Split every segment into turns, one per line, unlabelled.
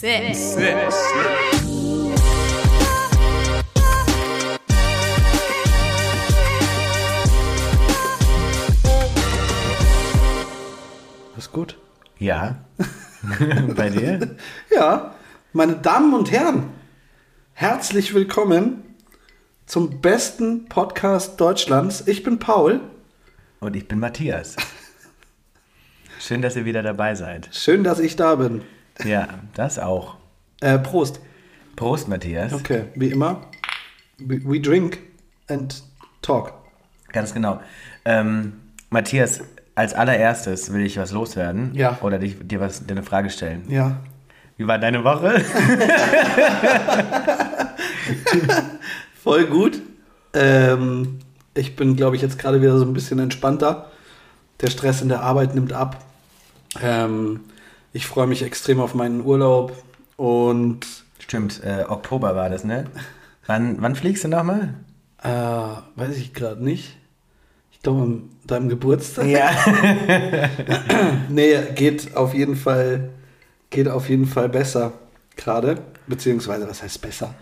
six.
Ist gut.
Ja. Bei dir?
Ja, meine Damen und Herren, herzlich willkommen zum besten Podcast Deutschlands. Ich bin Paul.
Und ich bin Matthias. Schön, dass ihr wieder dabei seid.
Schön, dass ich da bin.
Ja, das auch.
Äh, Prost.
Prost, Matthias.
Okay, wie immer. We we drink and talk.
Ganz genau. Ähm, Matthias, als allererstes will ich was loswerden.
Ja.
Oder dich, dir, was, dir eine Frage stellen.
Ja.
Wie war deine Woche?
Voll gut. Ähm, ich bin, glaube ich, jetzt gerade wieder so ein bisschen entspannter. Der Stress in der Arbeit nimmt ab. Ähm, ich freue mich extrem auf meinen Urlaub und
Stimmt, äh, Oktober war das, ne? Wann, wann fliegst du nochmal?
äh, weiß ich gerade nicht. Ich glaube, an deinem Geburtstag.
Ja.
Nee, geht auf jeden Fall, geht auf jeden Fall besser gerade. Beziehungsweise, was heißt besser?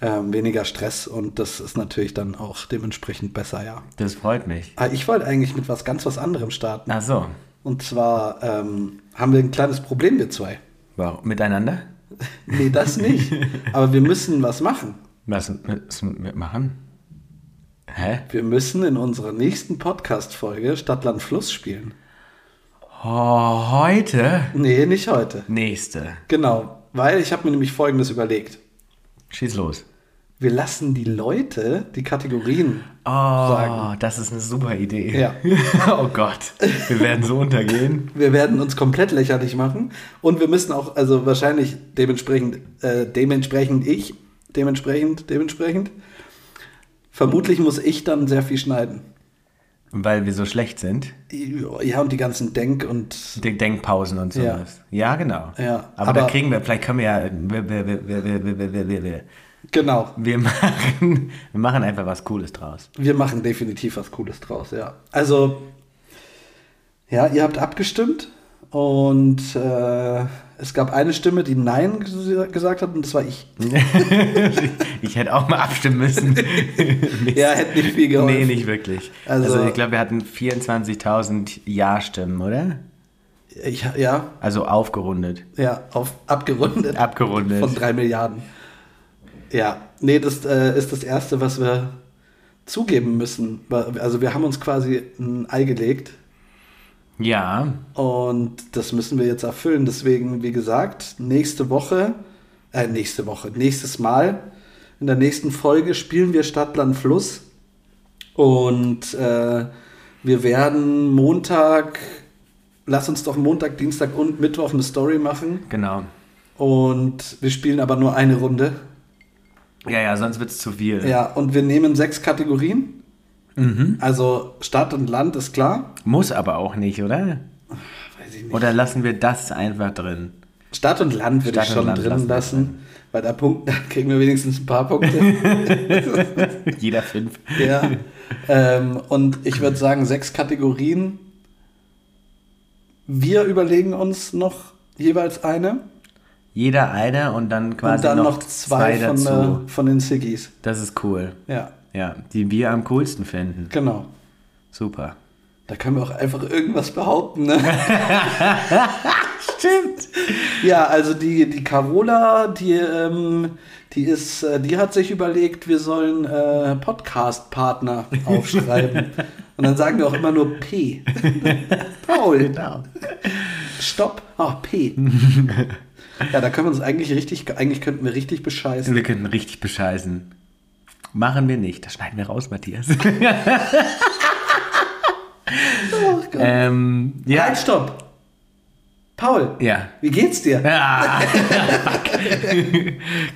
Ähm, weniger Stress und das ist natürlich dann auch dementsprechend besser, ja.
Das freut mich.
Ah, Ich wollte eigentlich mit was ganz was anderem starten.
Ach so.
Und zwar ähm, haben wir ein kleines Problem, wir zwei.
Warum? Miteinander?
Nee, das nicht. Aber wir müssen was machen.
Was müssen wir machen? Hä?
Wir müssen in unserer nächsten Podcast-Folge Stadtland Fluss spielen.
Oh, heute?
Nee, nicht heute.
Nächste.
Genau, weil ich habe mir nämlich Folgendes überlegt.
Schieß los.
Wir lassen die Leute die Kategorien
Oh,
sagen.
das ist eine super Idee.
Ja.
oh Gott, wir werden so untergehen.
Wir werden uns komplett lächerlich machen und wir müssen auch, also wahrscheinlich dementsprechend, äh, dementsprechend ich, dementsprechend, dementsprechend. Vermutlich muss ich dann sehr viel schneiden.
Weil wir so schlecht sind.
Ja, und die ganzen Denk- und
Die Denkpausen und sowas. Ja, genau.
Ja,
aber,
aber-
da kriegen wir, vielleicht können wir ja. Wir, wir, wir, wir, wir, wir, wir, wir, wir,
genau.
wir, machen, wir machen einfach was Cooles draus.
Wir machen definitiv was Cooles draus, ja. Also, ja, ihr habt abgestimmt und äh, es gab eine Stimme, die Nein ges- gesagt hat und das war ich.
Ich hätte auch mal abstimmen müssen.
Ja, hätte nicht viel geholfen.
Nee, nicht wirklich.
Also-
Also, ich glaube, wir hatten 24.000 Ja-Stimmen, oder?
ich ja,
Also aufgerundet.
ja, auf abgerundet.
Abgerundet.
Von drei Milliarden. Ja, nee, das äh, ist das Erste, was wir zugeben müssen. Also wir haben uns quasi ein Ei gelegt
Ja,
und das müssen wir jetzt erfüllen. Deswegen, wie gesagt, nächste Woche, äh, nächste Woche, nächstes Mal, in der nächsten Folge spielen wir Stadt, Land, Fluss und äh, wir werden Montag, lass uns doch Montag, Dienstag und Mittwoch eine Story machen.
genau.
Und wir spielen aber nur eine Runde.
Ja, ja, sonst wird es zu viel.
Ja, und wir nehmen sechs Kategorien.
Mhm.
Also Stadt und Land ist klar.
Muss aber auch nicht, oder?
Weiß ich nicht.
Oder lassen wir das einfach drin?
Stadt und Land würde ich
Stadt und
schon
Land
drin lassen,
lassen wir ne?
weil da, Punkt, da kriegen wir wenigstens ein paar Punkte.
Jeder fünf.
ja. Ähm, und ich würde sagen, sechs Kategorien. Wir überlegen uns noch jeweils eine
Jeder eine und dann quasi
und dann
noch,
noch zwei, von,
dazu.
äh, von den Sigis.
das ist cool.
Ja,
Ja, die wir am coolsten finden.
genau.
Super.
Da können wir auch einfach irgendwas behaupten, ne?
Stimmt.
Ja, also die, die Carola, die, ähm, die ist, äh, die hat sich überlegt, wir sollen äh, Podcast-Partner aufschreiben. Und dann sagen wir auch immer nur P. Paul,
Genau.
stopp. Ach, P. Ja, da können wir uns eigentlich richtig, eigentlich könnten wir richtig bescheißen.
Wir könnten richtig bescheißen. Machen wir nicht. Das schneiden wir raus, Matthias.
Ach Gott.
ähm, ja.
Halt, stopp. Paul,
Ja.
wie geht's dir?
Ah, fuck.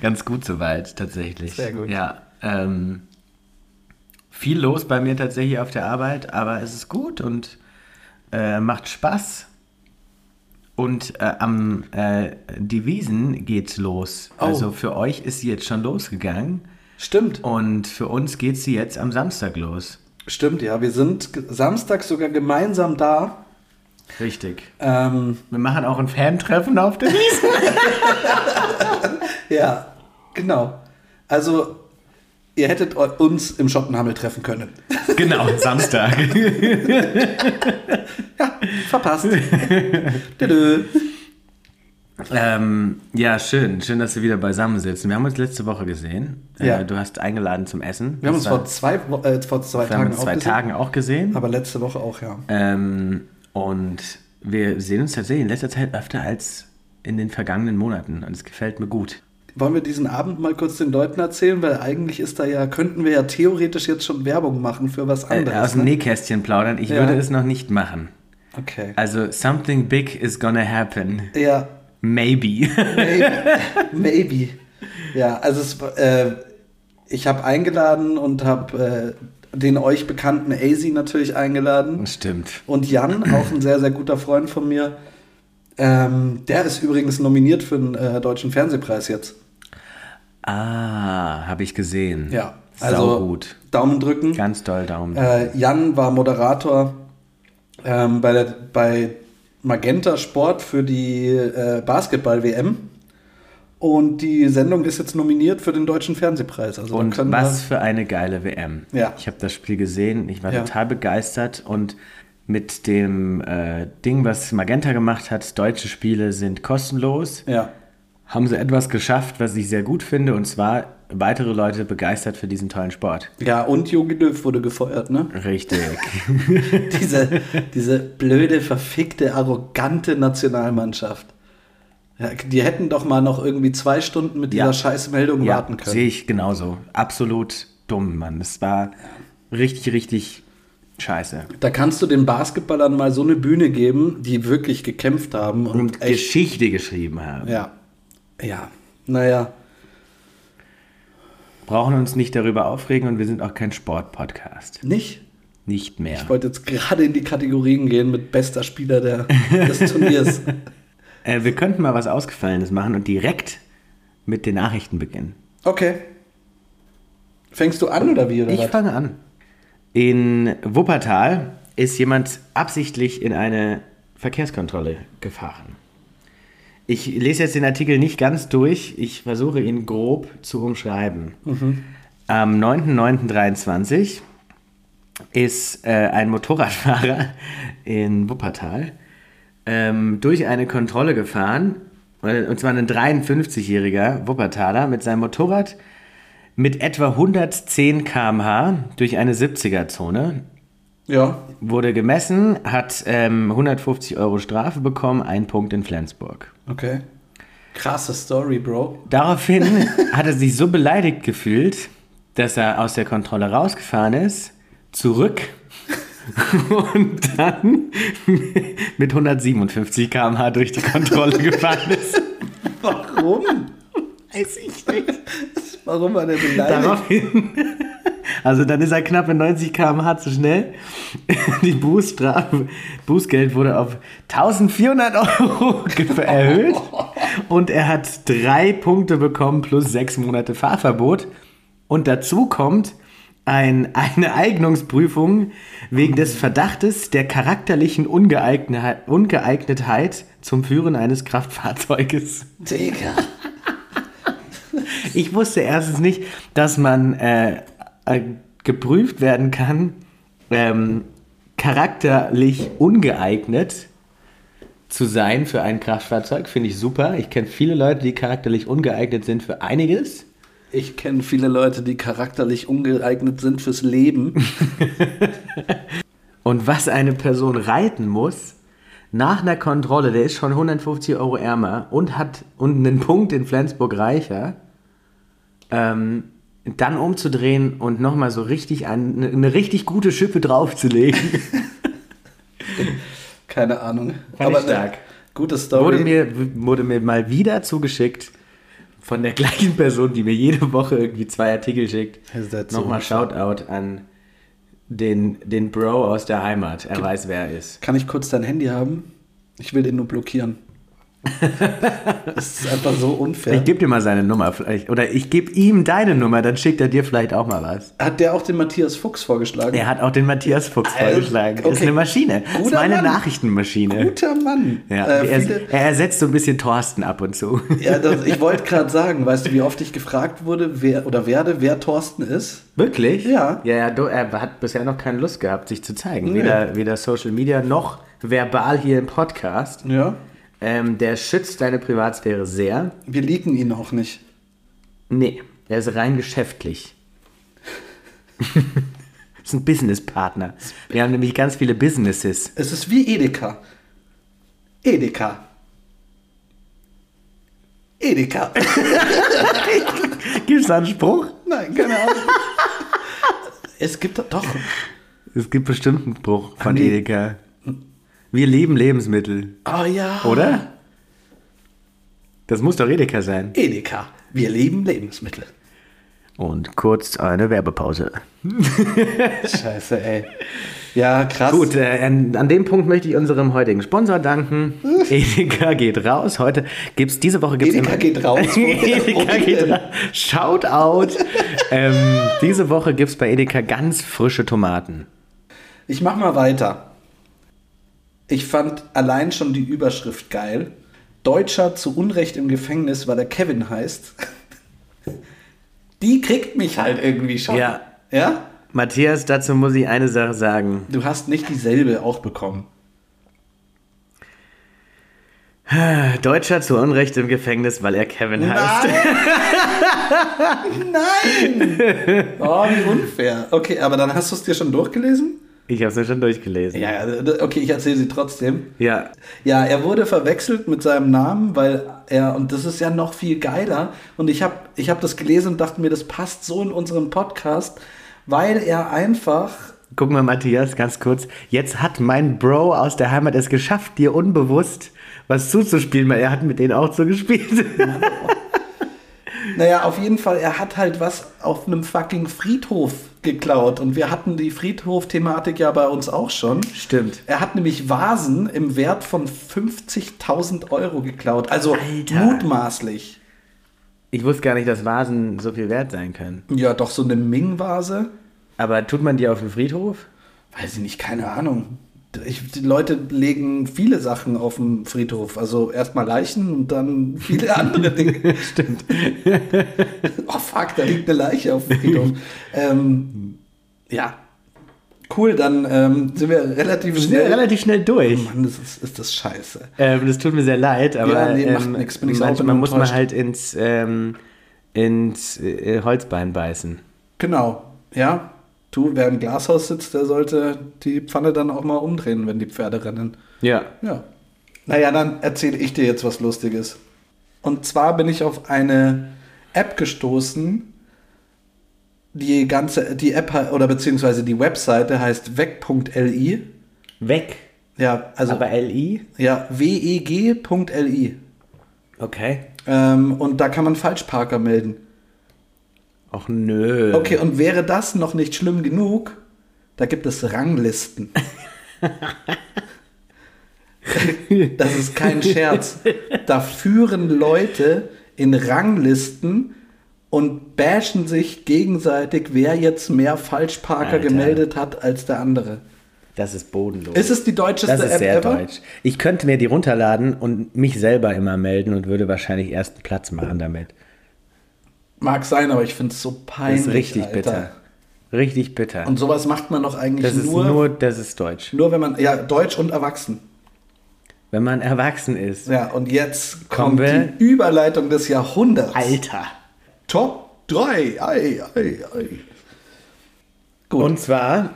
Ganz gut soweit, tatsächlich.
Sehr gut.
Ja. Ähm, viel los bei mir tatsächlich auf der Arbeit, aber es ist gut und äh, macht Spaß. Und äh, am äh, die Wiesen geht's los.
Oh.
Also für euch ist sie jetzt schon losgegangen
Stimmt,
und für uns geht sie jetzt am Samstag los.
stimmt, ja. Wir sind ge- samstags sogar gemeinsam da.
Richtig.
Ähm,
Wir machen auch ein Fan-Treffen auf der Wiese.
ja, genau. Also, ihr hättet eu- uns im Schottenhammel treffen können.
genau, Samstag.
Verpasst. Tüdü.
ähm, ja, schön. Schön, dass wir wieder beisammen sitzen. Wir haben uns letzte Woche gesehen.
Ja.
Äh, du hast eingeladen zum Essen.
Wir haben uns
Das war-
vor zwei, Wo- äh, vor zwei
wir haben
Tagen
uns zwei
auch gesehen,
Tagen auch gesehen.
aber letzte Woche auch, ja.
Ähm, und wir sehen uns tatsächlich in letzter Zeit öfter als in den vergangenen Monaten. Und es gefällt mir gut.
Wollen wir diesen Abend mal kurz den Leuten erzählen, weil eigentlich ist da ja, könnten wir ja theoretisch jetzt schon Werbung machen für was
Äh,
anderes.
aus dem
ne?
Nähkästchen plaudern. Ich
Ja.
würde es noch nicht machen.
Okay.
Also, something big is gonna happen.
Ja,
Maybe.
maybe. maybe. Ja, also es, äh, ich habe eingeladen und habe äh, den euch bekannten AZ natürlich eingeladen
Stimmt.
und Jan, auch ein sehr, sehr guter Freund von mir. Ähm, der ist übrigens nominiert für den äh, Deutschen Fernsehpreis jetzt.
Ah, habe ich gesehen.
Ja,
Also
also
gut.
Daumen drücken.
Ganz doll Daumen.
Äh, Jan war Moderator ähm, bei, der, bei Magenta Sport für die äh, Basketball-WM. Und die Sendung ist jetzt nominiert für den Deutschen Fernsehpreis. Also da
und
können
was für eine geile WM.
Ja.
Ich habe das Spiel gesehen, ich war
Ja.
total begeistert und mit dem äh, Ding, was Magenta gemacht hat, deutsche Spiele sind kostenlos,
Wir, ja,
haben sie etwas geschafft, was ich sehr gut finde, und zwar weitere Leute begeistert für diesen tollen Sport.
ja, und Jogi Löw wurde gefeuert, ne?
Richtig.
diese, diese blöde, verfickte, arrogante Nationalmannschaft. Ja, die hätten doch mal noch irgendwie zwei Stunden mit dieser
Ja.
Scheißmeldung
ja,
warten können.
sehe ich genauso. Absolut dumm, Mann. Es war richtig, richtig scheiße.
Da kannst du den Basketballern mal so eine Bühne geben, die wirklich gekämpft haben und,
Und
echt.
Geschichte geschrieben haben.
Ja. Ja. Naja.
Brauchen uns nicht darüber aufregen und wir sind auch kein Sport-Podcast.
Nicht?
Nicht mehr.
Ich wollte jetzt gerade in die Kategorien gehen mit bester Spieler der, des Turniers.
Äh, wir könnten mal was Ausgefallenes machen und direkt mit den Nachrichten beginnen.
Okay. Fängst du an oder wie? Oder
Ich
was?
fange an. In Wuppertal ist jemand absichtlich in eine Verkehrskontrolle gefahren. Ich lese jetzt den Artikel nicht ganz durch, ich versuche ihn grob zu umschreiben. Am 9.9.23 ist äh, ein Motorradfahrer in Wuppertal ähm, durch eine Kontrolle gefahren, äh, und zwar ein 53-jähriger Wuppertaler mit seinem Motorrad mit etwa 110 km/h durch eine 70er-Zone.
Ja.
Wurde gemessen, hat ähm, 150 Euro Strafe bekommen, ein Punkt in Flensburg.
Okay. Krasse Story, Bro.
Daraufhin hat er sich so beleidigt gefühlt, dass er aus der Kontrolle rausgefahren ist, zurück und dann mit 157 km/h durch die Kontrolle gefahren ist.
Warum?
Weiß ich nicht.
Warum war der beleidigt?
Daraufhin. Also dann ist er knapp in 90 km/h zu schnell. Die Bußstrafe, Bußgeld wurde auf 1400 Euro ge- erhöht. Und er hat drei Punkte bekommen plus sechs Monate Fahrverbot. Und dazu kommt ein, eine Eignungsprüfung wegen des Verdachtes der charakterlichen Ungeeignet, Ungeeignetheit zum Führen eines Kraftfahrzeuges.
Digga.
Ich wusste erstens nicht, dass man äh, äh, geprüft werden kann, ähm, charakterlich ungeeignet zu sein für ein Kraftfahrzeug. Finde ich super. Ich kenne viele Leute, die charakterlich ungeeignet sind für einiges.
Ich kenne viele Leute, die charakterlich ungeeignet sind fürs Leben.
Und was eine Person reiten muss, nach einer Kontrolle, der ist schon 150 Euro ärmer und hat und einen Punkt in Flensburg reicher, ähm, dann umzudrehen und nochmal so richtig an, eine, eine richtig gute Schippe draufzulegen.
Keine Ahnung.
ich stark.
ne, gute Story.
wurde, mir, wurde mir mal wieder zugeschickt von der gleichen Person, die mir jede Woche irgendwie zwei Artikel schickt.
Ist das so?
Nochmal Shoutout an den, den Bro aus der Heimat. Er weiß, wer er ist.
Kann ich kurz dein Handy haben? Ich will den nur blockieren. Das ist einfach so unfair.
Ich gebe dir mal seine Nummer vielleicht. Oder ich gebe ihm deine Nummer, dann schickt er dir vielleicht auch mal was.
Hat der auch den Matthias Fuchs vorgeschlagen?
Er hat auch den Matthias Fuchs
Alter,
vorgeschlagen. Ist
Also, okay.
eine Maschine. ist
Guter
meine
Mann.
Nachrichtenmaschine.
Guter Mann.
Ja,
Äh, viele,
er, er ersetzt so ein bisschen Thorsten ab und zu.
ja das, ich wollte gerade sagen, weißt du, wie oft ich gefragt wurde, wer oder werde, wer Thorsten ist?
Wirklich?
Ja.
Ja, ja du, er hat bisher noch keine Lust gehabt, sich zu zeigen.
Nee.
Weder, weder Social Media noch verbal hier im Podcast.
Ja.
Ähm, der schützt deine Privatsphäre sehr.
Wir liegen ihn auch nicht.
Nee, er ist rein geschäftlich. ist ein Businesspartner. Wir haben nämlich ganz viele Businesses.
Es ist wie Edeka. Edeka. Edeka.
Gibt es da einen Spruch?
Nein, keine Ahnung. es gibt doch- doch.
Es gibt bestimmt einen Spruch von
Nee.
Edeka. Wir lieben Lebensmittel,
Oh ja.
oder? Das muss doch Edeka sein.
Edeka. Wir lieben Lebensmittel.
Und kurz eine Werbepause.
Scheiße, ey. Ja, krass.
Gut, äh, an, an dem Punkt möchte ich unserem heutigen Sponsor danken. Edeka geht raus. Heute gibt's diese Woche gibt's
Edeka
immer-
geht raus.
Edeka geht raus. Shout out. ähm, diese Woche gibt's bei Edeka ganz frische Tomaten.
Ich mach mal weiter. Ich fand allein schon die Überschrift geil. Deutscher zu Unrecht im Gefängnis, weil er Kevin heißt. Die kriegt mich halt irgendwie schon.
Ja.
Ja?
Matthias, dazu muss ich eine Sache sagen.
Du hast nicht dieselbe auch bekommen.
Deutscher zu Unrecht im Gefängnis, weil er Kevin heißt.
Nein! Oh, wie unfair. Okay, aber dann hast du es dir schon durchgelesen?
Ich habe es schon durchgelesen.
Ja, ja, okay, ich erzähle sie trotzdem.
ja.
Ja, er wurde verwechselt mit seinem Namen, weil er, und das ist ja noch viel geiler, und ich habe ich hab das gelesen und dachte mir, das passt so in unseren Podcast, weil er einfach,
Guck mal, Matthias, ganz kurz. Jetzt hat mein Bro aus der Heimat es geschafft, dir unbewusst was zuzuspielen, weil er hat mit denen auch so gespielt.
naja, auf jeden Fall, er hat halt was auf einem fucking Friedhof geklaut. Und wir hatten die Friedhof-Thematik ja bei uns auch schon.
Stimmt.
Er hat nämlich Vasen im Wert von 50.000 Euro geklaut. Also
Alter.
mutmaßlich.
Ich wusste gar nicht, dass Vasen so viel wert sein können.
Ja, doch so eine Ming-Vase.
Aber tut man die auf den Friedhof?
Weiß ich nicht, keine Ahnung. Ich, die Leute legen viele Sachen auf dem Friedhof. Also erstmal Leichen und dann viele andere Dinge.
Stimmt.
oh fuck, da liegt eine Leiche auf dem Friedhof. ähm, ja. Cool, dann ähm, sind wir relativ
Wir sind ja
schnell. Oh
relativ schnell durch.
Mann, das ist, ist das scheiße.
Ähm, das tut mir sehr leid, aber
Ja, nee,
ähm,
macht nix, bin ich sauber
manchmal muss man
enttäuscht.
halt ins, ähm, ins äh, Holzbein beißen.
Genau, ja. Du, wer im Glashaus sitzt, der sollte die Pfanne dann auch mal umdrehen, wenn die Pferde rennen.
Ja.
Ja. Naja, dann erzähle ich dir jetzt was Lustiges. Und zwar bin ich auf eine App gestoßen. Die ganze, die App he- oder beziehungsweise die Webseite heißt weg.li.
Weg.
Ja, also
aber LI?
ja, E weg.li.
Okay.
Ähm, und da kann man Falschparker melden.
Och nö.
Okay, und wäre das noch nicht schlimm genug, da gibt es Ranglisten. Das ist kein Scherz. Da führen Leute in Ranglisten und bashen sich gegenseitig, wer jetzt mehr Falschparker
Alter.
gemeldet hat als der andere.
Das ist bodenlos.
Ist es die deutscheste
das ist
App
sehr
ever?
deutsch. Ich könnte mir die runterladen und mich selber immer melden und würde wahrscheinlich ersten Platz machen damit.
Mag sein, aber ich finde es so
Das
peinlich.
ist richtig
Alter.
bitter. Richtig bitter.
Und sowas macht man doch eigentlich
das ist
nur,
nur, das ist deutsch.
nur, wenn man, ja, deutsch und erwachsen.
Wenn man erwachsen ist.
Ja, und jetzt
Kommen
kommt
wir-
die Überleitung des Jahrhunderts.
Alter.
Top 3. Ei, ei, ei. Gut.
Und zwar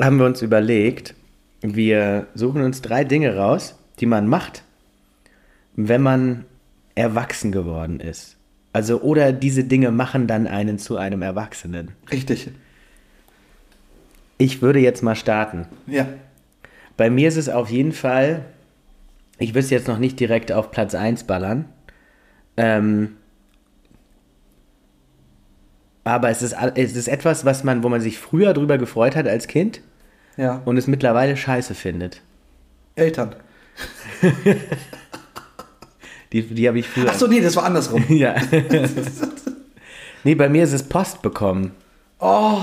haben wir uns überlegt, wir suchen uns drei Dinge raus, die man macht, wenn man erwachsen geworden ist. Also, oder diese Dinge machen dann einen zu einem Erwachsenen.
Richtig.
Ich würde jetzt mal starten.
Ja.
Bei mir ist es auf jeden Fall, ich will es jetzt noch nicht direkt auf Platz 1 ballern, ähm, aber es ist, all- es ist etwas, was man, wo man sich früher drüber gefreut hat als Kind
Ja.
und es mittlerweile scheiße findet.
Eltern.
Die, die habe ich früher.
Achso, nee, das war andersrum.
Ja. nee, bei mir ist es Post bekommen.
Oh,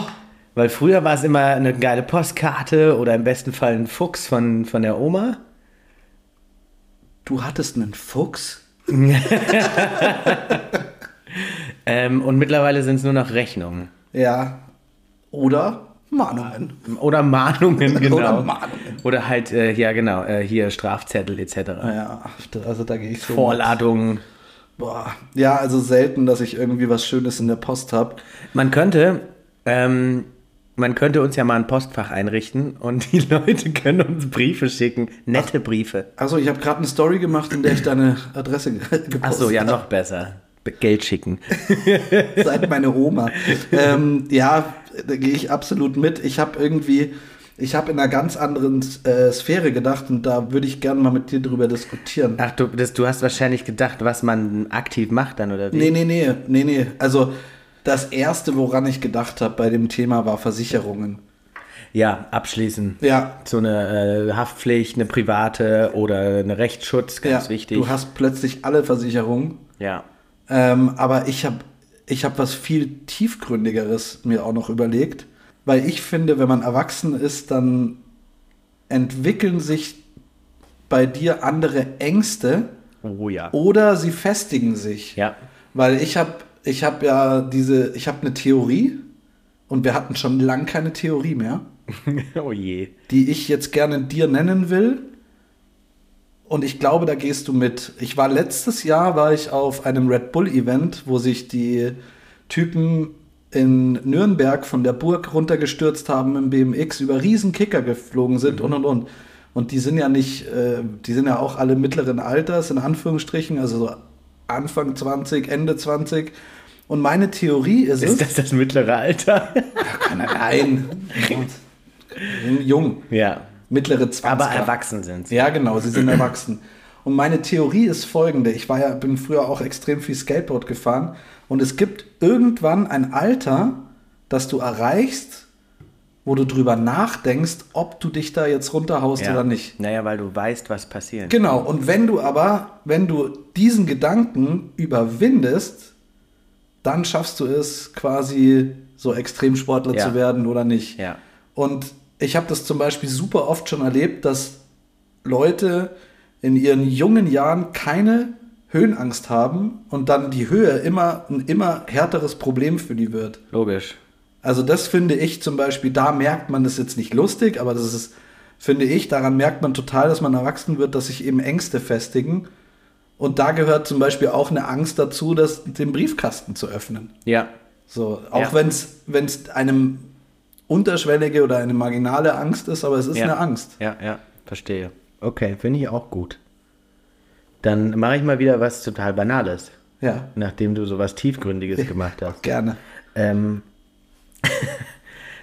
Weil früher war es immer eine geile Postkarte oder im besten Fall ein Fuchs von, von der Oma.
du hattest einen Fuchs?
Ähm, und mittlerweile sind es nur noch Rechnungen.
Ja. Oder Mahnungen.
Oder Mahnungen, genau.
Oder Mahnungen.
Oder halt, äh, ja genau, äh, hier Strafzettel etc.
Ja, also da gehe ich so.
Vorladungen.
Boah. Ja, also selten, dass ich irgendwie was Schönes in der Post habe.
Man könnte, ähm, man könnte uns ja mal ein Postfach einrichten und die Leute können uns Briefe schicken. Nette Briefe.
Achso, ich habe gerade eine Story gemacht, in der ich deine Adresse ge- gepostet habe.
Achso, ja, noch besser. Be- Geld schicken.
Seit meine Oma. ähm, ja, da gehe ich absolut mit. Ich habe irgendwie, ich habe in einer ganz anderen äh, Sphäre gedacht und da würde ich gerne mal mit dir drüber diskutieren.
Ach, du, das, du hast wahrscheinlich gedacht, was man aktiv macht dann, oder wie?
Nee, nee, nee, nee, nee. Also das Erste, woran ich gedacht habe bei dem Thema, war Versicherungen.
Ja, abschließen.
Ja,
So eine äh, Haftpflicht, eine private oder eine Rechtsschutz, ganz
ja
wichtig.
du hast plötzlich alle Versicherungen.
ja.
Ähm, aber ich habe ich hab was viel tiefgründigeres mir auch noch überlegt, weil ich finde, wenn man erwachsen ist, dann entwickeln sich bei dir andere Ängste
Oh ja.
oder sie festigen sich.
Ja.
Weil ich habe ich hab ja diese, ich habe eine Theorie und wir hatten schon lange keine Theorie mehr,
oh je.
die ich jetzt gerne dir nennen will. Und ich glaube, da gehst du mit. Ich war letztes Jahr war ich auf einem Red Bull Event, wo sich die Typen in Nürnberg von der Burg runtergestürzt haben im BMX über riesen Kicker geflogen sind
Mhm.
und und und. Und die sind ja nicht, äh, die sind ja auch alle mittleren Alters in Anführungsstrichen, also so Anfang 20, Ende 20. Und meine Theorie ist, es,
Ist das das mittlere Alter?
nein, jung,
ja.
mittlere 20.
Aber erwachsen sind sie.
Ja, genau, sie sind erwachsen. Und meine Theorie ist folgende. Ich war ja, bin früher auch extrem viel Skateboard gefahren. Und es gibt irgendwann ein Alter, das du erreichst, wo du drüber nachdenkst, ob du dich da jetzt runterhaust oder nicht.
Naja, weil du weißt, was passiert.
Genau, und wenn du aber, wenn du diesen Gedanken überwindest, dann schaffst du es quasi so Extremsportler
Ja.
zu werden oder nicht.
Ja.
Und ich habe das zum Beispiel super oft schon erlebt, dass Leute in ihren jungen Jahren keine Höhenangst haben und dann die Höhe immer ein immer härteres Problem für die wird.
Logisch.
Also das finde ich zum Beispiel, da merkt man das jetzt nicht lustig, aber das ist, finde ich, daran merkt man total, dass man erwachsen wird, dass sich eben Ängste festigen. Und da gehört zum Beispiel auch eine Angst dazu, das, den Briefkasten zu öffnen.
Ja.
So, auch
Ja.
wenn's wenn es einem unterschwellige oder eine marginale Angst ist, aber es ist
ja.
eine Angst.
Ja, ja. Verstehe. Okay, finde ich auch gut. Dann mache ich mal wieder was total Banales,
Ja,
nachdem du sowas Tiefgründiges gemacht hast.
gerne.
Ähm,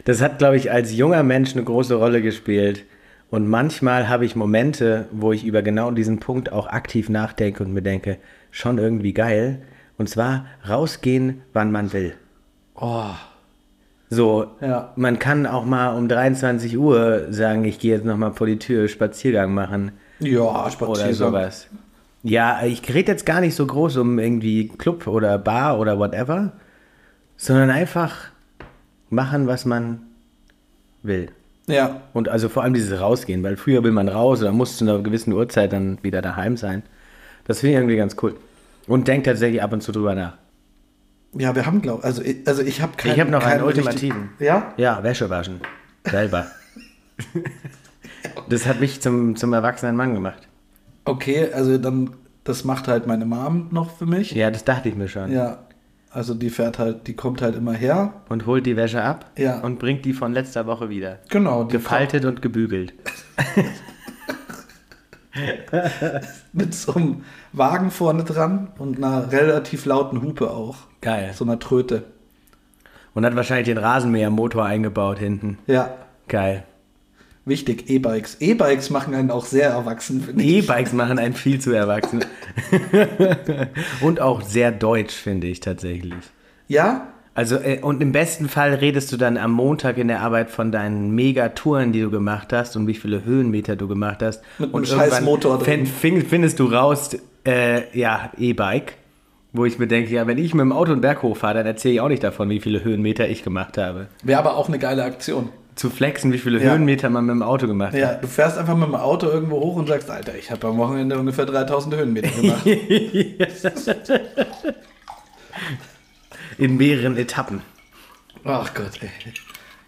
das hat, glaube ich, als junger Mensch eine große Rolle gespielt. Und manchmal habe ich Momente, wo ich über genau diesen Punkt auch aktiv nachdenke und mir denke, schon irgendwie geil. Und zwar rausgehen, wann man will.
Oh,
So,
Ja.
man kann auch mal um 23 Uhr sagen, ich gehe jetzt nochmal vor die Tür Spaziergang machen
ja,
oder
Spaziergang.
sowas. Ja, ich rede jetzt gar nicht so groß um irgendwie Club oder Bar oder whatever, sondern einfach machen, was man will.
Ja,
Und also vor allem dieses Rausgehen, weil früher will man raus oder muss zu einer gewissen Uhrzeit dann wieder daheim sein. Das finde ich irgendwie ganz cool. Und denkt tatsächlich ab und zu drüber nach.
ja, wir haben glaube also ich- also ich habe keinen
Ich habe noch einen
keinen richtig-
ultimativen.
Ja,
Ja, Wäsche waschen. Selber. das hat mich zum, zum erwachsenen Mann gemacht.
okay, also dann das macht halt meine Mom noch für mich.
Ja, das dachte ich mir schon.
Ja, also die fährt halt, die kommt halt immer her.
Und holt die Wäsche ab
Ja.
und bringt die von letzter Woche wieder.
Genau, die
Gefaltet und gebügelt.
kommt mit so einem Wagen vorne dran und einer relativ lauten Hupe auch.
Geil.
So einer Tröte.
Und hat wahrscheinlich den Rasenmähermotor eingebaut hinten.
Ja,
Geil.
wichtig, E-Bikes. E-Bikes machen einen auch sehr erwachsen, finde ich.
E-Bikes machen einen viel zu erwachsen. und auch sehr deutsch, finde ich tatsächlich.
Ja,
Also, äh, und im besten Fall redest du dann am Montag in der Arbeit von deinen Megatouren, die du gemacht hast und wie viele Höhenmeter du gemacht hast.
Mit einem
und
scheiß
irgendwann
Motor drin.
fin- fin- findest du raus, Äh, ja, E-Bike. Wo ich mir denke, ja, wenn ich mit dem Auto einen Berg hochfahre, dann erzähle ich auch nicht davon, wie viele Höhenmeter ich gemacht habe.
Wäre aber auch eine geile Aktion.
Zu flexen, wie viele
Ja.
Höhenmeter man mit dem Auto gemacht
Ja, du fährst einfach mit dem Auto irgendwo hoch und sagst, Alter, ich habe am Wochenende ungefähr 3000 Höhenmeter gemacht.
hat. In mehreren Etappen.
Ach Gott, ey.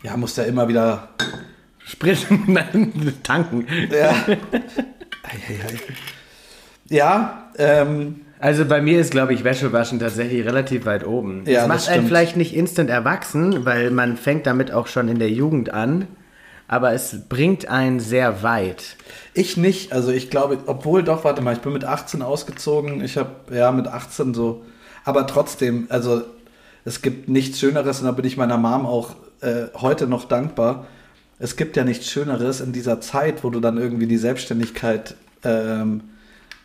Ja, muss da immer wieder.
Sprit, nein, tanken.
Ja. Ei, ei, ei. ja, ähm,
Also bei mir ist, glaube ich, Wäschewaschen tatsächlich relativ weit oben.
Ja,
das macht
das
einen
stimmt.
vielleicht nicht instant erwachsen, weil man fängt damit auch schon in der Jugend an. Aber es bringt einen sehr weit.
ich nicht. Also ich glaube, obwohl doch, warte mal, ich bin mit 18 ausgezogen. Ich habe ja mit 18 so. Aber trotzdem, also es gibt nichts Schöneres und da bin ich meiner Mom auch äh, heute noch dankbar. Es gibt ja nichts Schöneres in dieser Zeit, wo du dann irgendwie die Selbstständigkeit ähm,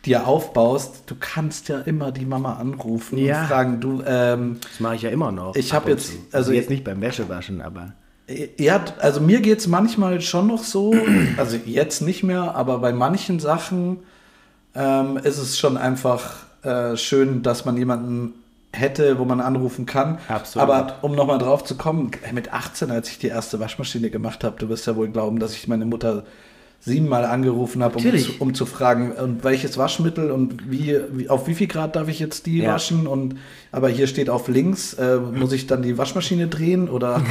dir aufbaust. Du kannst ja immer die Mama anrufen
Ja.
und fragen, du, ähm,
Das mache ich ja immer noch.
Ich
ab
hab
und
jetzt-
zu.
also-
jetzt nicht beim Wäschewaschen, aber
Ja, also mir geht es manchmal schon noch so, also jetzt nicht mehr, aber bei manchen Sachen ähm, ist es schon einfach äh, schön, dass man jemanden hätte, wo man anrufen kann.
Absolut.
Aber um nochmal drauf zu kommen, ey, mit 18, als ich die erste Waschmaschine gemacht habe, du wirst ja wohl glauben, dass ich meine Mutter siebenmal angerufen habe, um, zu-
Natürlich.
um zu fragen, und welches Waschmittel und wie, wie, auf wie viel Grad darf ich jetzt die
Ja.
waschen und aber hier steht auf links, äh, muss ich dann die Waschmaschine drehen oder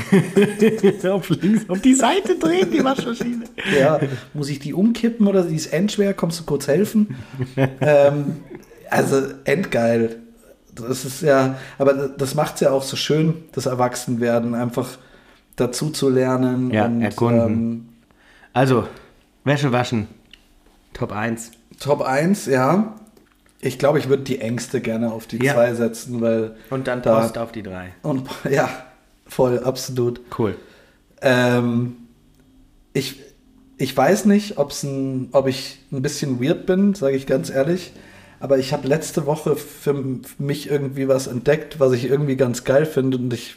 auf links, auf die Seite drehen die Waschmaschine.
Ja, muss ich die umkippen oder die ist endschwer? Kommst du kurz helfen? ähm, also endgeil. Das ist ja, aber das macht es ja auch so schön, das Erwachsenwerden, einfach dazu zu lernen.
Ja,
und, ähm,
erkunden. Also, Wäschewaschen. Top 1.
Ähm, Top 1, ja. Ich glaube, ich würde die Ängste gerne auf die
Ja.
2 setzen, weil.
Und dann
da-
Post auf die 3.
Und ja, voll, absolut.
Cool.
Ähm, ich, ich weiß nicht, ob's ein, ob ich ein bisschen weird bin, sage ich ganz ehrlich. Aber ich habe letzte Woche für m- für mich irgendwie was entdeckt, was ich irgendwie ganz geil finde. Und ich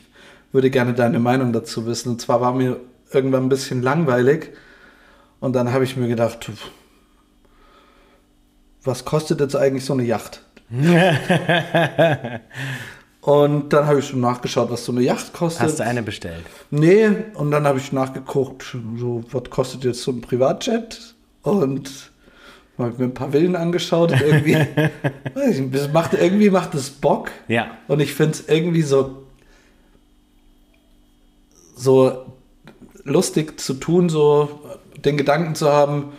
würde gerne deine Meinung dazu wissen. Und zwar war mir irgendwann ein bisschen langweilig. Und dann habe ich mir gedacht, pf, was kostet jetzt eigentlich so eine Yacht? und dann habe ich schon nachgeschaut, was so eine Yacht kostet.
Hast du eine bestellt?
Nee, und dann habe ich nachgeguckt, so, was kostet jetzt so ein Privatjet? Und habe mir ein paar Villen angeschaut und irgendwie, weiß ich, das macht, irgendwie macht es Bock.
Ja.
Und ich finde es irgendwie so, so lustig zu tun, so den Gedanken zu haben,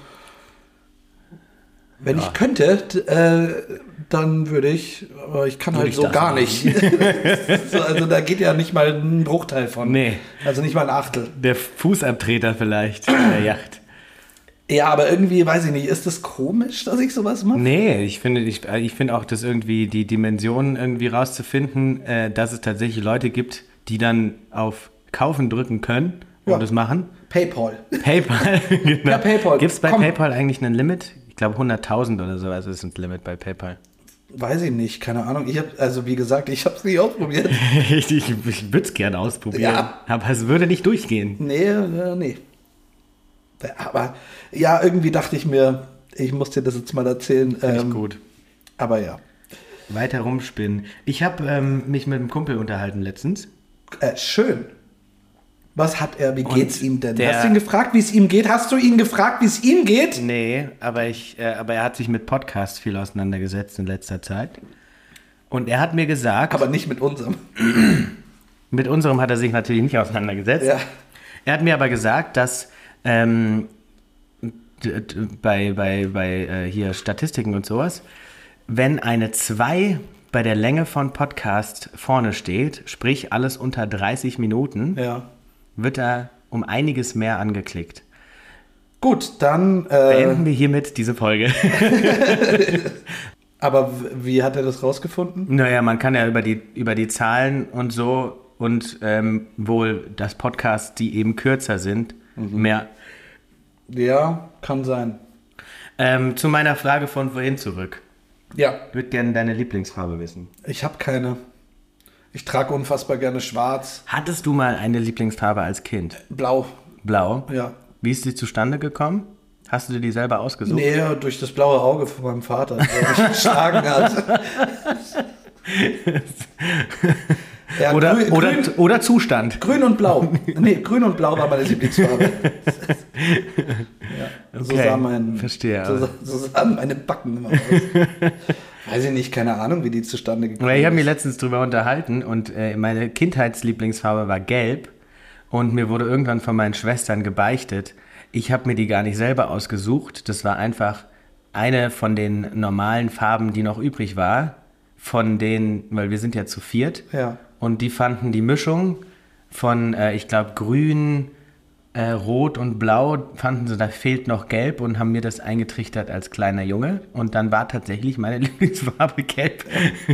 wenn
Ja.
ich könnte, d- äh, dann würde ich, aber ich kann
Würde
halt
ich
so
das
gar
machen.
nicht. so, also da geht ja nicht mal ein Bruchteil von.
Nee.
Also nicht mal ein Achtel.
Der Fußabtreter vielleicht der Yacht.
Ja, aber irgendwie, weiß ich nicht, ist das komisch, dass ich sowas mache?
Nee, ich finde ich, äh, ich finde auch, dass irgendwie die Dimensionen irgendwie rauszufinden, äh, dass es tatsächlich Leute gibt, die dann auf Kaufen drücken können und
Ja.
das machen.
PayPal.
PayPal, genau.
Ja, PayPal,
Gibt es bei
komm.
PayPal eigentlich ein Limit? Ich glaube 100.000 oder sowas ist ein Limit bei PayPal.
Weiß ich nicht, keine Ahnung. Ich hab, also wie gesagt, ich habe es nie ausprobiert.
ich ich, ich würde es gerne ausprobieren,
Ja.
aber es würde nicht durchgehen.
Nee, äh, nee. Aber ja, irgendwie dachte ich mir, ich muss dir das jetzt mal erzählen.
Nicht
Ähm,
gut.
Aber ja.
Weiter rumspinnen. Ich habe ähm, mich mit einem Kumpel unterhalten letztens.
Äh, schön. Was hat er, wie geht's ihm denn?
der- Hm.
Hast du ihn gefragt, wie es ihm geht? Hast du ihn gefragt, wie es ihm geht?
Nee, aber, ich, äh, aber er hat sich mit Podcasts viel auseinandergesetzt in letzter Zeit. Und er hat mir gesagt,
Aber nicht mit unserem.
mit unserem hat er sich natürlich nicht auseinandergesetzt.
Ja.
Er hat mir aber gesagt, dass ähm, d- d- bei, bei, bei äh, hier Statistiken und sowas, wenn eine 2 bei der Länge von Podcast vorne steht, sprich alles unter 30 Minuten,
Ja.
wird er um einiges mehr angeklickt.
Gut, dann. Äh,
Beenden wir hiermit diese Folge.
aber w- wie hat er das rausgefunden?
Naja, man kann ja über die, über die Zahlen und so und ähm, wohl, dass Podcasts, die eben kürzer sind,
Mhm.
mehr.
Ja, kann sein.
Ähm, zu meiner Frage von vorhin zurück.
Ja,
Ich würde gerne deine Lieblingsfarbe wissen.
ich habe keine. Ich trage unfassbar gerne schwarz,
Hattest du mal eine Lieblingsfarbe als Kind?
blau.
Blau.
Ja,
Wie ist die zustande gekommen? Hast du dir die selber ausgesucht?
Nee, durch das blaue Auge von meinem Vater, der mich geschlagen hat. Ja,
oder,
grün,
oder,
grün,
oder Zustand.
grün und blau. Nee, grün und blau war meine Lieblingsfarbe. ja, so,
Okay,
sah mein,
verstehe.
So, sah- so sahen meine Backen immer aus. Weiß ich nicht, keine Ahnung, wie die zustande gekommen
Weil ich habe mich
ist.
letztens drüber unterhalten und äh, meine Kindheitslieblingsfarbe war gelb und mir wurde irgendwann von meinen Schwestern gebeichtet. Ich habe mir die gar nicht selber ausgesucht. Das war einfach eine von den normalen Farben, die noch übrig war. Von denen, weil wir sind ja zu viert.
Ja.
Und die fanden die Mischung von, äh, ich glaube, grün, äh, rot und blau, fanden sie, da fehlt noch gelb und haben mir das eingetrichtert als kleiner Junge. Und dann war tatsächlich meine Lieblingsfarbe gelb.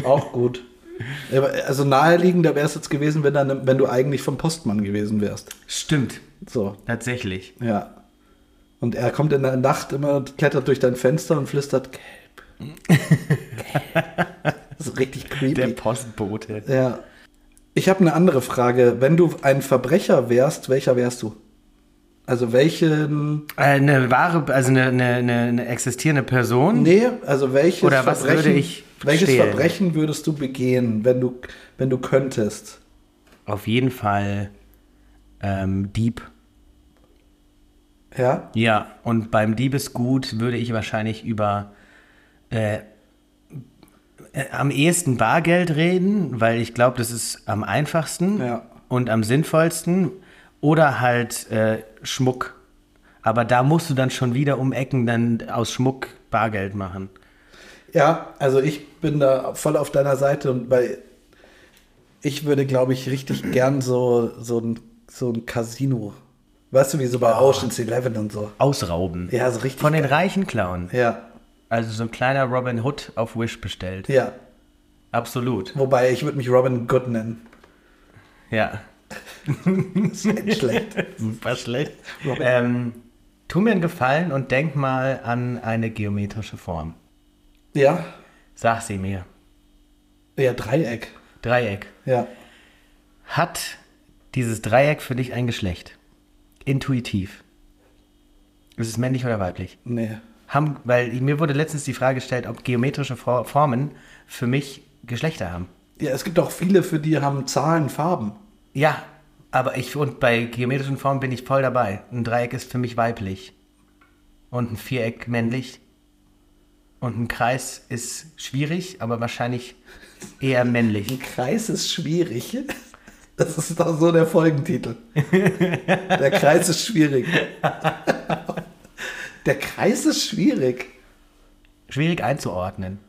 Auch gut. Aber, Also naheliegender wäre es jetzt gewesen, wenn, dann, wenn du eigentlich vom Postmann gewesen wärst.
Stimmt,
So,
tatsächlich.
ja. Und er kommt in der Nacht immer und klettert durch dein Fenster und flüstert gelb. gelb. Das ist richtig creepy.
Postbote.
Ja. Ich habe eine andere Frage. Wenn du ein Verbrecher wärst, welcher wärst du? Also welchen.
Eine wahre, also eine, eine, eine, eine existierende Person.
Nee, also welches
Oder was
Verbrechen,
würde ich
welches
stehlen?
Verbrechen würdest du begehen, wenn du, wenn du könntest?
Auf jeden Fall ähm, Dieb.
Ja?
Ja, und beim Diebesgut würde ich wahrscheinlich über äh, äh, am ehesten Bargeld reden, weil ich glaube, das ist am einfachsten
Ja.
und am sinnvollsten. Oder halt äh, Schmuck. Aber da musst du dann schon wieder um Ecken dann aus Schmuck Bargeld machen.
Ja, also ich bin da voll auf deiner Seite und bei. Ich würde, glaube ich, richtig gern so, so, ein, so ein Casino. Weißt du, wie so bei Ocean's Eleven und so.
Ausrauben.
Ja, so richtig.
Von den reichen Klauen.
ja,
Also so ein kleiner Robin Hood auf Wish bestellt.
ja.
Absolut.
Wobei, ich würde mich Robin Good nennen.
Ja.
Das ist echt schlecht.
Super schlecht.
Robin.
Ähm, tu mir einen Gefallen und denk mal an eine geometrische Form.
Ja,
Sag sie mir.
ja, Dreieck.
Dreieck.
Ja.
Hat dieses Dreieck für dich ein Geschlecht? Intuitiv. Ist es männlich oder weiblich?
Nee.
Haben, weil mir wurde letztens die Frage gestellt, ob geometrische For- Formen für mich Geschlechter haben.
Ja, es gibt auch viele, für die haben Zahlen Farben.
Ja, aber ich und bei geometrischen Formen bin ich voll dabei. Ein Dreieck ist für mich weiblich und ein Viereck männlich und ein Kreis ist schwierig, aber wahrscheinlich eher männlich.
Ein Kreis ist schwierig. Das ist doch so der Folgentitel. Der Kreis ist schwierig. Der Kreis ist schwierig.
Schwierig einzuordnen.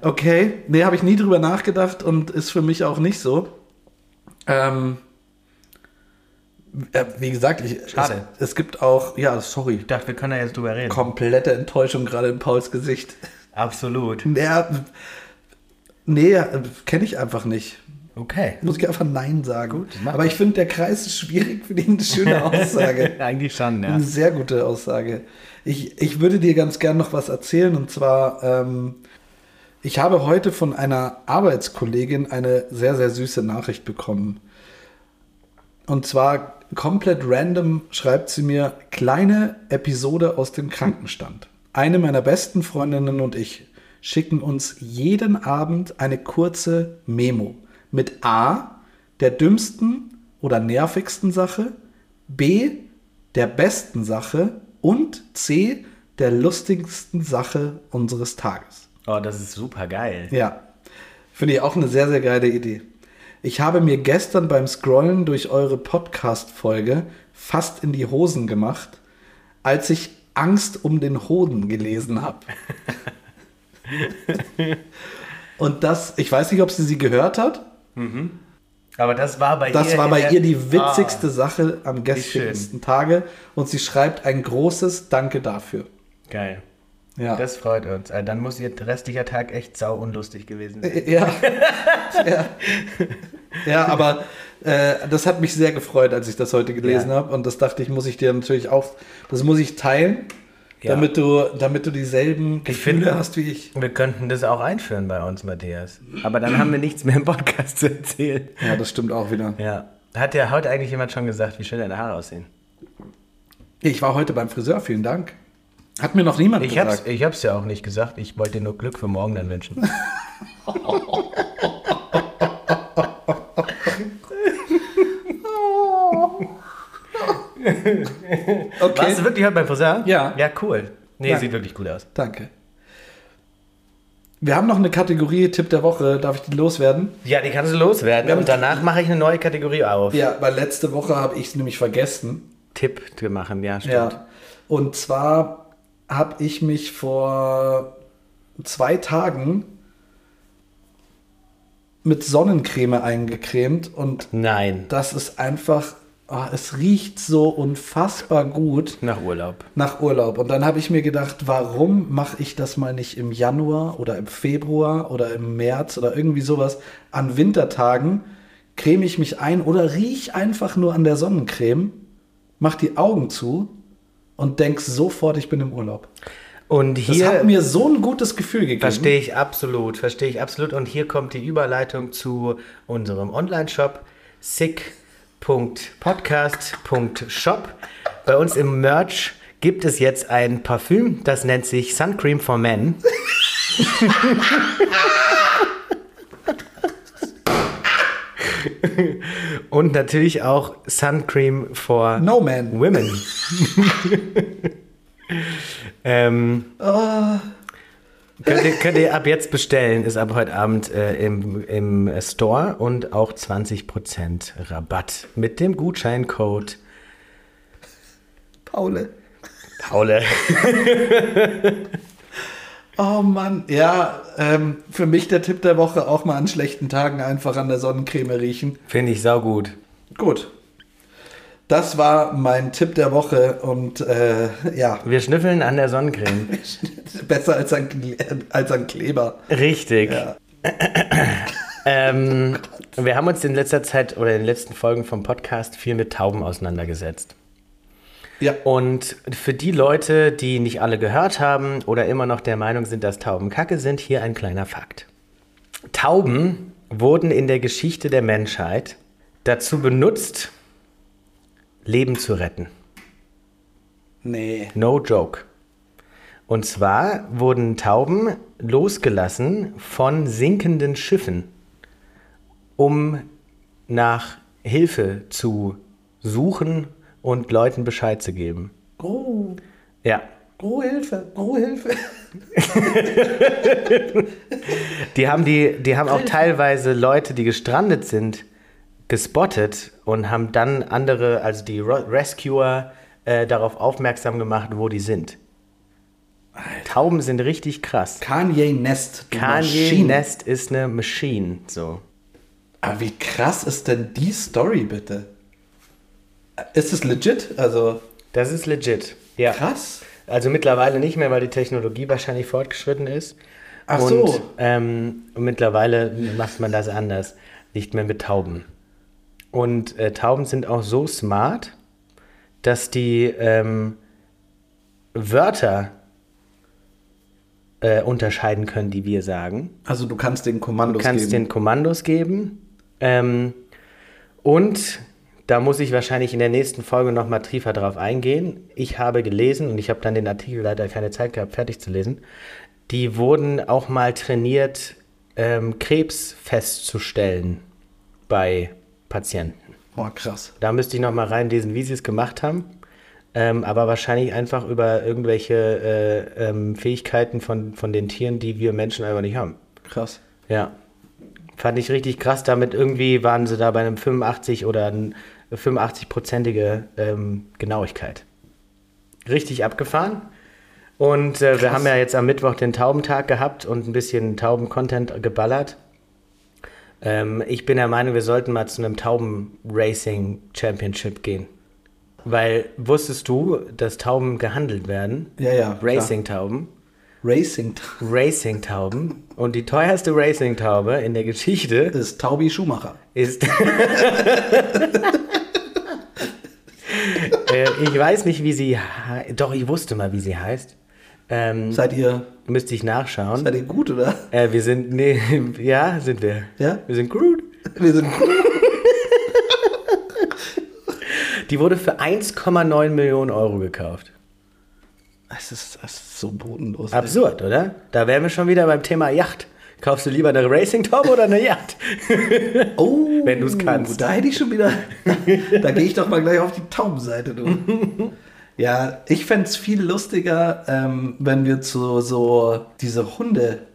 Okay, nee, habe ich nie drüber nachgedacht und ist für mich auch nicht so. Ähm, äh, wie gesagt, ich,
Schade.
Es, es gibt auch, ja, sorry,
Ich dachte, wir können da jetzt drüber reden.
komplette Enttäuschung gerade in Pauls Gesicht.
Absolut.
Ja, nee, kenne äh, ich einfach nicht.
Okay.
Muss ich einfach Nein sagen.
mach
Aber ich finde, der Kreis ist schwierig, finde ich eine schöne Aussage.
Eigentlich schon, ja.
Eine sehr gute Aussage. Ich, ich würde dir ganz gern noch was erzählen und zwar, ähm, ich habe heute von einer Arbeitskollegin eine sehr, sehr süße Nachricht bekommen. Und zwar komplett random schreibt sie mir kleine Episode aus dem Krankenstand. Eine meiner besten Freundinnen und ich schicken uns jeden Abend eine kurze Memo mit A, der dümmsten oder nervigsten Sache, B, der besten Sache und C, der lustigsten Sache unseres Tages.
Oh, das ist super geil.
Ja, finde ich auch eine sehr, sehr geile Idee. Ich habe mir gestern beim Scrollen durch eure Podcast-Folge fast in die Hosen gemacht, als ich Angst um den Hoden gelesen habe. Und das, ich weiß nicht, ob sie sie gehört hat.
Aber das war bei ihr.
Das war
in
bei
der-
ihr die witzigste
Ah,
Sache am gestrigsten Tage. Und sie schreibt ein großes Danke dafür.
Ah, geil.
Ja.
Das freut uns. Äh, Dann muss ihr restlicher Tag echt sau unlustig gewesen sein.
Ja. ja. ja, aber äh, das hat mich sehr gefreut, als ich das heute gelesen
Ja.
habe. Und das dachte ich, muss ich dir natürlich auch, das muss ich teilen,
Ja.
damit, du, damit du dieselben Gefühle
finde-
hast wie ich.
Wir könnten das auch einführen bei uns, Matthias. Aber dann haben wir nichts mehr im Podcast zu erzählen.
Ja, das stimmt auch wieder.
Ja. Hat ja heute eigentlich jemand schon gesagt, wie schön deine Haare aussehen?
Ich war heute beim Friseur, vielen Dank. Hat mir noch niemand
Ich hab's,
gesagt.
ich hab's ja auch nicht gesagt. Ich wollte dir nur Glück für morgen dann wünschen.
Okay.
Warst du wirklich heute beim Friseur?
Ja.
Ja, cool. Nee,
Ja.
sieht wirklich gut aus.
Danke. Wir haben noch eine Kategorie Tipp der Woche. Darf ich die loswerden?
Ja, die kannst du loswerden.
Wir haben-
und danach mache ich eine neue Kategorie auf.
Ja, weil letzte Woche habe ich es nämlich vergessen.
Tipp zu machen, ja, stimmt.
Ja. Und zwar habe ich mich vor zwei Tagen mit Sonnencreme eingecremt und
Nein,
das ist einfach, ah, es riecht so unfassbar gut.
nach Urlaub.
nach Urlaub. Und dann habe ich mir gedacht, warum mache ich das mal nicht im Januar oder im Februar oder im März oder irgendwie sowas an Wintertagen? Creme ich mich ein oder riech einfach nur an der Sonnencreme, mach die Augen zu und denk sofort, ich bin im Urlaub.
Und
Das
hier
hat mir so ein gutes Gefühl gegeben.
verstehe ich absolut, verstehe ich absolut. Und hier kommt die Überleitung zu unserem Online-Shop sick.podcast.shop. Bei uns im Merch gibt es jetzt ein Parfüm, das nennt sich Suncream for Men. Und natürlich auch Suncream for
No Man.
Women. ähm, könnt, ihr, könnt ihr ab jetzt bestellen, ist ab heute Abend äh, im, im Store und auch 20% Rabatt mit dem Gutscheincode
Paule.
Paule.
Oh Mann. Ja, ähm, für mich der Tipp der Woche, auch mal an schlechten Tagen einfach an der Sonnencreme riechen.
Finde ich saugut.
Gut. Das war mein Tipp der Woche und äh, ja,
Wir schnüffeln an der Sonnencreme.
besser als ein, Kle- als ein Kleber.
Richtig.
Ja.
Ähm, wir haben uns in letzter Zeit oder in den letzten Folgen vom Podcast viel mit Tauben auseinandergesetzt.
ja.
Und für die Leute, die nicht alle gehört haben oder immer noch der Meinung sind, dass Tauben kacke sind, hier ein kleiner Fakt. Tauben wurden in der Geschichte der Menschheit dazu benutzt, Leben zu retten.
Nee.
No joke. Und zwar wurden Tauben losgelassen von sinkenden Schiffen, um nach Hilfe zu suchen und Leuten Bescheid zu geben.
Oh,
Ja,
oh Hilfe, oh Hilfe.
Die haben, die, die haben auch teilweise Leute, die gestrandet sind, gespottet und haben dann andere, also die Ro- Rescuer, äh, darauf aufmerksam gemacht, wo die sind. Tauben sind richtig krass.
Kanye Nest. die
Kanye
Maschine.
Nest ist eine Machine. So.
Aber wie krass ist denn die Story bitte? Ist es legit? Also
Das ist legit. Ja.
krass.
Also mittlerweile nicht mehr, weil die Technologie wahrscheinlich fortgeschritten ist.
Ach
und,
so.
Ähm, mittlerweile macht man das anders. Nicht mehr mit Tauben. Und äh, Tauben sind auch so smart, dass die ähm, Wörter äh, unterscheiden können, die wir sagen.
Also du kannst den Kommandos
Du kannst
geben.
den Kommandos geben. Ähm, und da muss ich wahrscheinlich in der nächsten Folge nochmal tiefer drauf eingehen. Ich habe gelesen und ich habe dann den Artikel leider keine Zeit gehabt, fertig zu lesen. Die wurden auch mal trainiert, ähm, Krebs festzustellen bei Patienten.
Boah, Oh, krass.
Da müsste ich nochmal reinlesen, wie sie es gemacht haben. Ähm, aber wahrscheinlich einfach über irgendwelche äh, ähm, Fähigkeiten von, von den Tieren, die wir Menschen einfach nicht haben.
Krass.
Ja. Fand ich richtig krass. Damit irgendwie waren sie da bei einem 85 oder ein 85-prozentige ähm, Genauigkeit. Richtig abgefahren. Und äh, wir haben ja jetzt am Mittwoch den Taubentag gehabt und ein bisschen Tauben-Content geballert. Ähm, ich bin der Meinung, wir sollten mal zu einem Tauben-Racing-Championship gehen. Weil wusstest du, dass Tauben gehandelt werden?
Ja, ja. klar.
Racing-Tauben.
Racing
Racing-Tauben. Und die teuerste Racing-Taube in der Geschichte
ist Taubi Schumacher.
ist. äh, ich weiß nicht, wie sie. hei- Doch, ich wusste mal, wie sie heißt. Ähm,
Seid ihr,
müsste ich nachschauen.
seid ihr gut, oder?
Äh, wir sind. Nee, ja, sind wir.
Ja?
Wir sind Groot.
Wir sind gut.
Die wurde für 1,9 Millionen Euro gekauft.
Das Es ist, es ist so bodenlos. ey.
Absurd, oder? Da wären wir schon wieder beim Thema Yacht. Kaufst du lieber eine Racing Top oder eine Yacht?
Oh,
Wenn du's kannst.
Da hätte ich schon wieder. da gehe ich doch mal gleich auf die Taubenseite, du. ja, ich fände es viel lustiger, ähm, wenn wir zu so diese Hunde.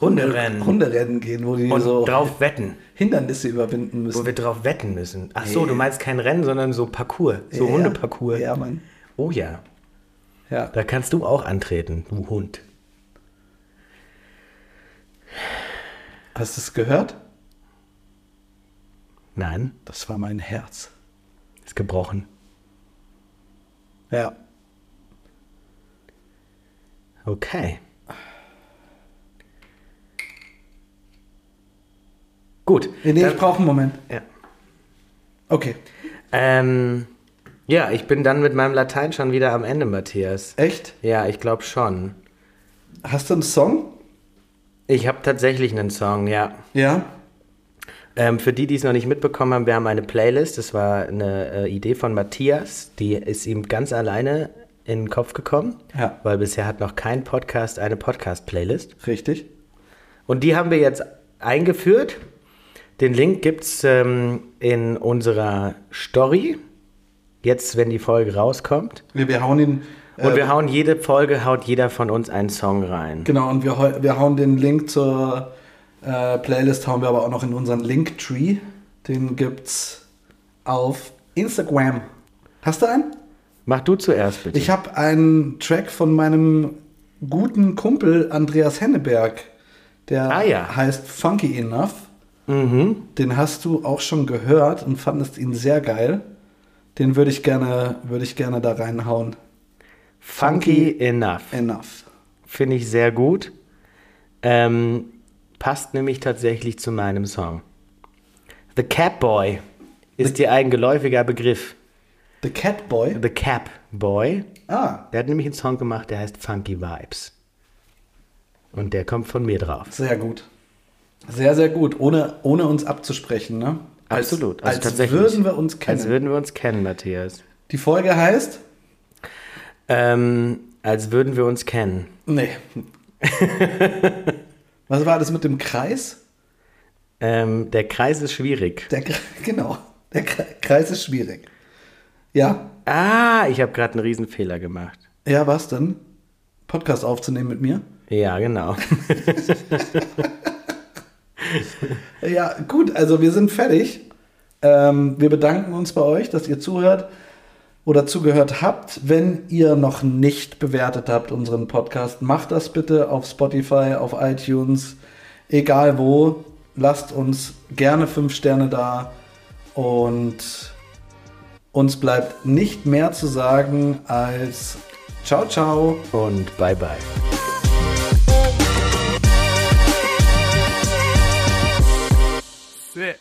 Hunderennen.
Hunderennen gehen, wo die
Und
so
drauf wetten.
Hindernisse überwinden
Wo
müssen.
wir drauf wetten müssen. Ach so,
Nee.
du meinst kein Rennen, sondern so Parcours. So
Ja,
Hundeparcours.
Ja, Mann.
Oh ja.
Ja.
Da kannst du auch antreten, du Hund.
Hast du es gehört?
Nein,
Das war mein Herz.
ist gebrochen.
Ja.
Okay. Gut.
Nee, nee
dann-
ich brauche einen Moment.
ja.
Okay.
Ähm, ja, ich bin dann mit meinem Latein schon wieder am Ende, Matthias.
Echt?
Ja, ich glaube schon.
Hast du einen Song?
Ich habe tatsächlich einen Song, ja.
Ja.
Ähm, für die, die es noch nicht mitbekommen haben, wir haben eine Playlist. Das war eine äh, Idee von Matthias. Die ist ihm ganz alleine in den Kopf gekommen,
Ja.
weil bisher hat noch kein Podcast eine Podcast-Playlist.
Richtig.
Und die haben wir jetzt eingeführt. Den Link gibt es ähm, in unserer Story. Jetzt, wenn die Folge rauskommt.
Wir, wir hauen ihn.
Und
äh,
wir hauen jede Folge, haut jeder von uns einen Song rein.
Genau, und wir, hau- wir hauen den Link zur äh, Playlist, hauen wir aber auch noch in unseren Linktree. Den gibt's auf Instagram. Hast du einen?
Mach du zuerst bitte.
Ich habe einen Track von meinem guten Kumpel Andreas Henneberg. Der
Ah, ja.
heißt Funky Enough.
mhm.
Den hast du auch schon gehört und fandest ihn sehr geil. Den würde ich gerne, würde ich gerne da reinhauen.
Funky, Enough.
Enough.
Finde ich sehr gut. Ähm, passt nämlich tatsächlich zu meinem Song. The Catboy ist dir ein geläufiger Begriff.
The Catboy.
The Catboy.
Ah,
Der hat nämlich einen Song gemacht, der heißt Funky Vibes. Und der kommt von mir drauf.
Sehr gut. Sehr, sehr gut. Ohne, ohne uns abzusprechen, ne? Als-
Absolut. Also
Als, würden wir uns kennen.
Als würden wir uns kennen, Matthias.
Die Folge heißt?
Ähm, als würden wir uns kennen.
Nee. Was war das mit dem Kreis?
Ähm, der Kreis ist schwierig.
Der, Kre- genau. Der Kre- Kreis ist schwierig. Ja.
Ah, ich habe gerade einen Riesenfehler gemacht.
Ja, was denn? Podcast aufzunehmen mit mir?
Ja, genau.
Ja, gut, also wir sind fertig. Ähm, wir bedanken uns bei euch, dass ihr zuhört oder zugehört habt. Wenn ihr noch nicht bewertet habt unseren Podcast, macht das bitte auf Spotify, auf iTunes, egal wo. Lasst uns gerne fünf Sterne da und uns bleibt nicht mehr zu sagen als ciao, ciao.
Und bye bye.
Six.